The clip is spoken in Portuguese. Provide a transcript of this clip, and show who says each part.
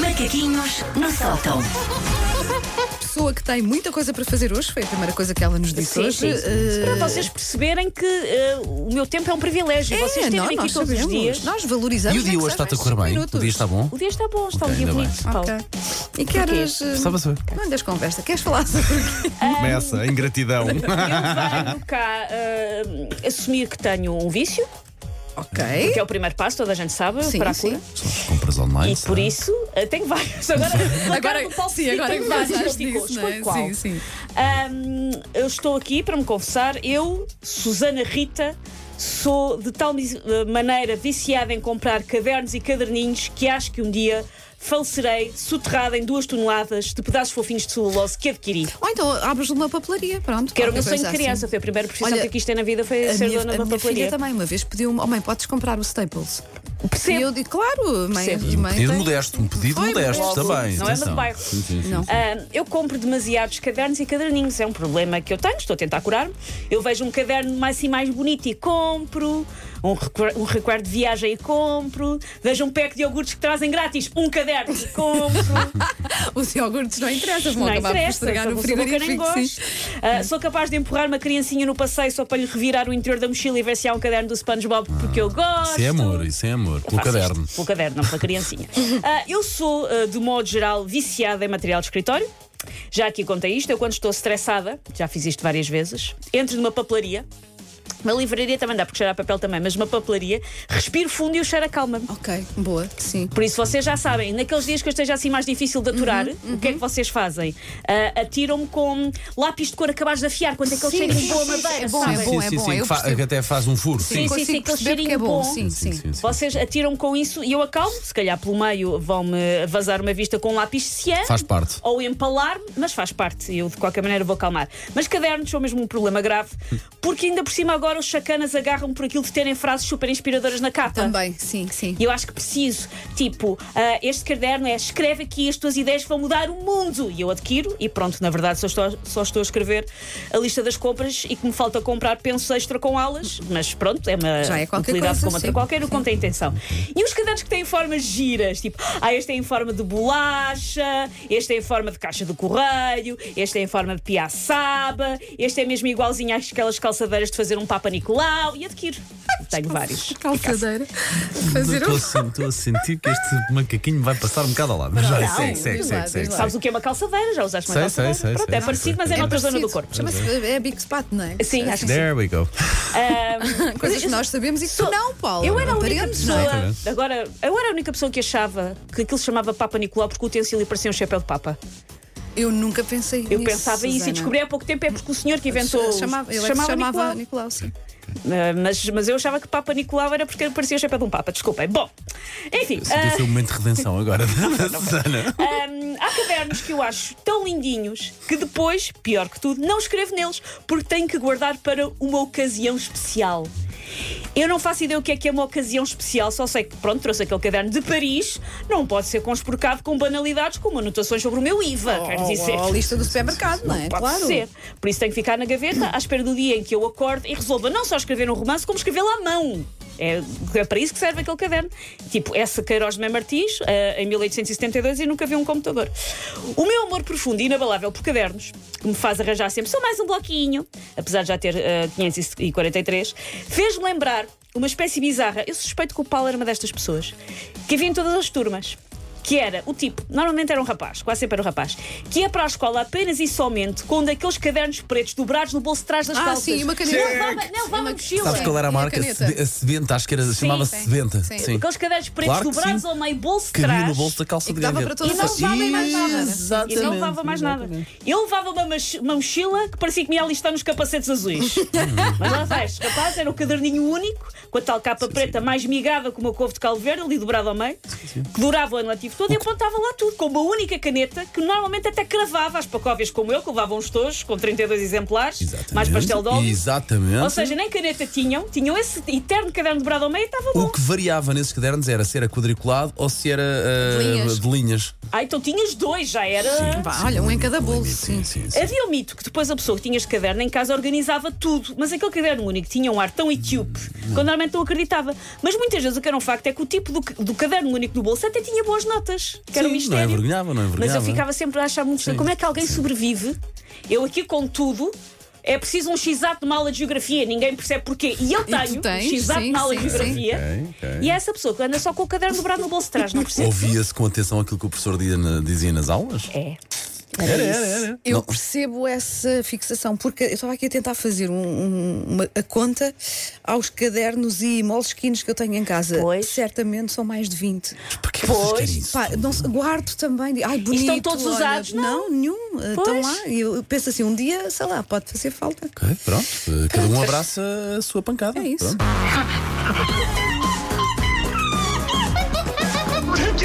Speaker 1: Macaquinhos no sótão.
Speaker 2: pessoa que tem muita coisa para fazer hoje, foi a primeira coisa que ela nos disse
Speaker 3: Sim,
Speaker 2: hoje.
Speaker 3: sim, sim.
Speaker 2: eh,
Speaker 3: Para vocês perceberem que eh, o meu tempo é um privilégio.
Speaker 2: é,
Speaker 3: vocês terem
Speaker 2: não,
Speaker 3: aqui
Speaker 2: nós
Speaker 3: todos os
Speaker 2: sabemos.
Speaker 3: dias.
Speaker 2: Nós valorizamos.
Speaker 4: E o
Speaker 2: nem
Speaker 4: dia
Speaker 2: que
Speaker 4: hoje
Speaker 2: seja
Speaker 4: está-te a
Speaker 2: cinco
Speaker 4: correr bem?
Speaker 2: minutos.
Speaker 4: O dia está bom?
Speaker 3: O dia está bom, está
Speaker 4: Ok,
Speaker 3: um dia
Speaker 4: ainda bem.
Speaker 3: bonito. Paulo.
Speaker 2: Ok. E queres. eh,
Speaker 4: Estava a saber.
Speaker 2: Não das conversa, queres falar sobre o quê?
Speaker 4: Começa, ingratidão.
Speaker 3: Eu venho cá eh, assumir que tenho um vício,
Speaker 2: Ok.
Speaker 3: que é o primeiro passo, toda a gente sabe,
Speaker 2: Sim,
Speaker 3: para a
Speaker 2: sim.
Speaker 3: cura.
Speaker 4: Compras online.
Speaker 3: E por isso eh, tenho vários. Agora, agora o Paulo
Speaker 2: sim,
Speaker 3: Filipe
Speaker 2: agora
Speaker 3: tem
Speaker 2: que
Speaker 3: vários.
Speaker 2: falaste
Speaker 3: mas ficou,
Speaker 2: disso, não
Speaker 3: escolhe
Speaker 2: é?
Speaker 3: qual.
Speaker 2: Sim, sim.
Speaker 3: Ahm, eu estou aqui para me confessar. Eu, Susana Rita, sou de tal mis- eh, maneira viciada em comprar cadernos e caderninhos que acho que um dia falecerei soterrada em duas toneladas de pedaços fofinhos de celulose que adquiri.
Speaker 2: Ou então abres uma papelaria, pronto.
Speaker 3: Que era o meu
Speaker 2: qualquer
Speaker 3: um sonho de
Speaker 2: coisa
Speaker 3: criança.
Speaker 2: assim.
Speaker 3: Foi a primeira profissão
Speaker 2: Olha,
Speaker 3: que eu quis ter na vida, foi
Speaker 2: A
Speaker 3: ser
Speaker 2: minha,
Speaker 3: dona
Speaker 2: a
Speaker 3: de uma
Speaker 2: minha filha
Speaker 3: papelaria.
Speaker 2: também uma vez pediu-me, oh mãe, podes comprar o Staples? E eu
Speaker 3: Percebo.
Speaker 2: digo, claro, mãe.
Speaker 3: Percebo.
Speaker 4: E um
Speaker 2: mãe
Speaker 4: pedido
Speaker 2: tem-
Speaker 4: modesto, um pedido
Speaker 2: Foi
Speaker 4: modesto
Speaker 2: modesto.
Speaker 4: também.
Speaker 3: Não é
Speaker 4: atenção.
Speaker 3: muito bairro.
Speaker 4: Sim, sim, sim.
Speaker 2: Não.
Speaker 3: Ahm, Ah, eu compro demasiados cadernos e caderninhos. É um problema que eu tenho, estou a tentar curar-me. Eu vejo um caderno mais assim mais bonito e compro. Um, recu- um recuerdo de viagem e compro. Vejo um pack de iogurtes que trazem grátis. Um caderno e compro.
Speaker 2: Os iogurtes não interessam, vão
Speaker 3: não
Speaker 2: acabar por
Speaker 3: interessa,
Speaker 2: estragar
Speaker 3: sou
Speaker 2: o
Speaker 3: uma pessoa que eu nem
Speaker 2: frigorífico. sim.
Speaker 3: gosto. Ah, sou capaz de empurrar uma criancinha no passeio só para lhe revirar o interior da mochila e ver se há um caderno do SpongeBob porque eu gosto.
Speaker 4: Isso é amor, isso é amor. Pelo
Speaker 3: Faço
Speaker 4: caderno.
Speaker 3: isto Pelo caderno, não pela criancinha. Ah, eu sou, ah, de modo geral, viciada em material de escritório. Já aqui contei isto. Eu, quando estou estressada, já fiz isto várias vezes, entro numa papelaria. Uma livraria também dá, porque cheira a papel também, mas uma papelaria, respiro fundo e o cheiro acalma-me.
Speaker 2: Ok, boa, sim.
Speaker 3: Por isso vocês já sabem, naqueles dias que eu esteja assim mais difícil de aturar,
Speaker 2: Uhum,
Speaker 3: o que é que vocês fazem? Ah, Atiram-me com lápis de cor acabados de afiar, quando é que ele
Speaker 2: Sim,
Speaker 3: cheira
Speaker 2: sim,
Speaker 3: de boa
Speaker 2: sim,
Speaker 3: madeira,
Speaker 2: é bom,
Speaker 3: sabem?
Speaker 2: é bom,
Speaker 4: sim, sim,
Speaker 2: eu
Speaker 4: que fa-
Speaker 2: percebo.
Speaker 4: que até faz um furo.
Speaker 3: sim, sim, aquele
Speaker 2: perceber que é
Speaker 3: cheirinho
Speaker 2: bom.
Speaker 3: bom.
Speaker 2: Sim, sim.
Speaker 3: Vocês atiram com isso e eu acalmo. Se calhar pelo meio vão-me vazar uma vista com um lápis de ciano.
Speaker 4: Faz parte.
Speaker 3: Ou empalar-me, mas faz parte. Eu de qualquer maneira vou calmar. Mas cadernos são mesmo um problema grave,
Speaker 2: Hum.
Speaker 3: porque ainda por cima agora os chacanas agarram por aquilo de terem frases super inspiradoras na capa.
Speaker 2: Também, sim, sim.
Speaker 3: E eu acho que preciso, tipo, ah, este caderno é escreve aqui as tuas ideias que vão mudar o mundo. E eu adquiro, e pronto, na verdade só estou, só estou a escrever a lista das compras e que me falta comprar pensos extra com alas, mas pronto, é uma
Speaker 2: Já é qualquer
Speaker 3: utilidade
Speaker 2: coisa,
Speaker 3: como outra
Speaker 2: sim.
Speaker 3: qualquer, o conta a intenção. E os cadernos que têm formas giras, tipo, ah, este é em forma de bolacha, este é em forma de caixa de correio, este é em forma de piaçaba, este é mesmo igualzinho àquelas calçadeiras de fazer um Papa Nicolau, e adquiro. Tenho vários.
Speaker 2: Calçadeira. Fazer
Speaker 4: Estou
Speaker 2: um.
Speaker 4: a sen- estou a sentir que este macaquinho vai passar um bocado ao lado. Mas vai, segue, segue,
Speaker 2: diz lá,
Speaker 4: segue,
Speaker 2: diz
Speaker 4: segue.
Speaker 2: lá.
Speaker 3: Sabes o que é uma calçadeira? Já usaste uma
Speaker 4: Sei,
Speaker 3: calçadeira?
Speaker 4: sei, sei,
Speaker 3: Pronto,
Speaker 4: sei,
Speaker 3: é
Speaker 4: sei,
Speaker 3: parecido,
Speaker 4: sei.
Speaker 3: mas é,
Speaker 4: É
Speaker 3: noutra zona do
Speaker 2: parecido.
Speaker 3: corpo.
Speaker 2: Chama-se é Big Spot, não é?
Speaker 3: Sim, acho que sim.
Speaker 4: There we go. É.
Speaker 3: Ahm,
Speaker 2: Coisas que nós sabemos e que tu não, Paulo.
Speaker 3: eu era a única
Speaker 2: Parentes,
Speaker 3: pessoa.
Speaker 2: não é?
Speaker 4: Exatamente.
Speaker 3: Agora, eu era a única pessoa que achava que aquilo se chamava Papa Nicolau porque o utensílio parecia um chapéu de Papa.
Speaker 2: Eu nunca pensei nisso.
Speaker 3: Eu pensava isso
Speaker 2: Susana.
Speaker 3: e descobri há pouco tempo é porque o senhor que inventou.
Speaker 2: Se Chamava, ele é que se chamava Nicolau, sim.
Speaker 3: Ah, mas, mas eu achava que Papa Nicolau era porque parecia o chapéu de um Papa. Desculpem. Bom, enfim. ah,
Speaker 4: Senti foi um momento de redenção agora da Susana.
Speaker 2: Ah,
Speaker 3: Hum, há cadernos que eu acho tão lindinhos que depois, pior que tudo, não escrevo neles porque tenho que guardar para uma ocasião especial. Eu não faço ideia o que é que é uma ocasião especial, só sei que, pronto, trouxe aquele caderno de Paris, não pode ser conspurcado com banalidades como anotações sobre o meu IVA, quer dizer.
Speaker 2: Ou a lista do supermercado, não é?
Speaker 3: Pode
Speaker 2: Claro.
Speaker 3: ser. Por isso tem que ficar na gaveta à espera do dia em que eu acorde e resolva não só escrever um romance, como escrevê-lo à mão. É, é para isso que serve aquele caderno. Tipo, essa Queiroz de Mem Martins, eh, em 1872, e nunca vi um computador. O meu amor profundo e inabalável por cadernos, que me faz arranjar sempre só mais um bloquinho, apesar de já ter eh, 543, fez-me lembrar uma espécie bizarra. Eu suspeito que o Paulo era uma destas pessoas, que havia em todas as turmas que era o tipo, normalmente era um rapaz, quase sempre era um rapaz, que ia para a escola apenas e somente com um daqueles cadernos pretos dobrados no bolso de trás das
Speaker 2: Ah,
Speaker 3: calças.
Speaker 2: sim, uma caneta.
Speaker 3: Não, levava- Não, vá
Speaker 2: Uma-
Speaker 3: na mochila.
Speaker 4: Sabes qual
Speaker 2: E a
Speaker 4: era a marca?
Speaker 2: caneta?
Speaker 4: Sede- A Sedenta, acho que era, chamava-se
Speaker 2: sim.
Speaker 4: Sedenta.
Speaker 2: Sim.
Speaker 4: Sim.
Speaker 3: Aqueles cadernos pretos
Speaker 4: Claro que
Speaker 3: dobrados
Speaker 4: sim.
Speaker 3: ao meio bolso de
Speaker 4: Cabia
Speaker 3: trás.
Speaker 4: no bolso da
Speaker 2: E
Speaker 4: calça
Speaker 2: que
Speaker 4: de
Speaker 2: dava
Speaker 4: gaveta.
Speaker 2: para todas
Speaker 3: E não
Speaker 2: as-
Speaker 3: valem mais nada. E
Speaker 4: Exatamente.
Speaker 3: não levava mais nada. Eu levava uma, mach- uma mochila que parecia que me ia listar nos capacetes azuis. Mas lá está, este rapaz era o caderninho único, com a tal capa preta mais migada como uma couve de calvo verde, ali dobrada ao meio, que durava o ano letivo todo e apontava lá tudo, com uma única caneta que normalmente até cravava as pacóvias como eu, que levavam os tojos, com 32 exemplares,
Speaker 4: Exatamente.
Speaker 3: mais pastel de óleo.
Speaker 4: Exatamente.
Speaker 3: Ou seja, nem caneta tinham, tinham esse eterno caderno dobrado ao meio e estava bom.
Speaker 4: O que variava nesses cadernos era se era quadriculado ou se era ah,
Speaker 2: Linhas.
Speaker 4: de linhas.
Speaker 3: Ah, então tinhas dois, já era.
Speaker 2: Vá, olha, um em cada bolso.
Speaker 4: Limite,
Speaker 2: Sim.
Speaker 4: Sim, sim, sim.
Speaker 3: Havia o mito que depois a pessoa que tinha este caderno em casa organizava tudo, mas aquele caderno único tinha um ar tão etíope que eu normalmente não acreditava. Mas muitas vezes o que era um facto é que o tipo do, do caderno único do bolso até tinha boas notas, que era um
Speaker 4: Sim,
Speaker 3: mistério.
Speaker 4: Não envergonhava, não
Speaker 3: mas
Speaker 4: envergonhava.
Speaker 3: eu ficava sempre a achar muito estranho.
Speaker 4: Sim,
Speaker 3: Como é que alguém
Speaker 4: sim.
Speaker 3: sobrevive? Eu aqui com tudo. É preciso um x-ato numa aula de geografia, ninguém percebe porquê. E eu
Speaker 2: tu
Speaker 3: tenho
Speaker 2: tens,
Speaker 3: um x-ato
Speaker 2: sim,
Speaker 3: na aula
Speaker 2: sim,
Speaker 3: de
Speaker 2: sim.
Speaker 3: geografia.
Speaker 4: Ok, ok.
Speaker 3: E é essa pessoa que anda só com o caderno dobrado no bolso de trás, não
Speaker 4: Tipo,
Speaker 3: percebe?
Speaker 4: Ouvia-se com atenção aquilo que o professor dizia, na- dizia nas aulas?
Speaker 3: É.
Speaker 4: Era, era, era.
Speaker 2: Eu
Speaker 4: Não,
Speaker 2: percebo essa fixação, porque eu estava aqui a tentar fazer um- um- uma, a conta aos cadernos e molesquinhos que eu tenho em casa.
Speaker 3: Pois.
Speaker 2: Certamente são mais de 20.
Speaker 4: Porquê que vocês
Speaker 3: Pois,
Speaker 4: querem isso?
Speaker 2: Pá, não se- guardo também. digo, Ai, bonito,
Speaker 3: estão todos
Speaker 2: olha,
Speaker 3: usados? Não.
Speaker 2: Não, nenhum. eh, Estão
Speaker 3: Pois.
Speaker 2: lá. E eu penso assim, um dia, sei lá, pode fazer falta.
Speaker 4: Ok, pronto. Eh, Cada um abraça a sua pancada.
Speaker 2: É isso.
Speaker 4: Pronto.
Speaker 5: Take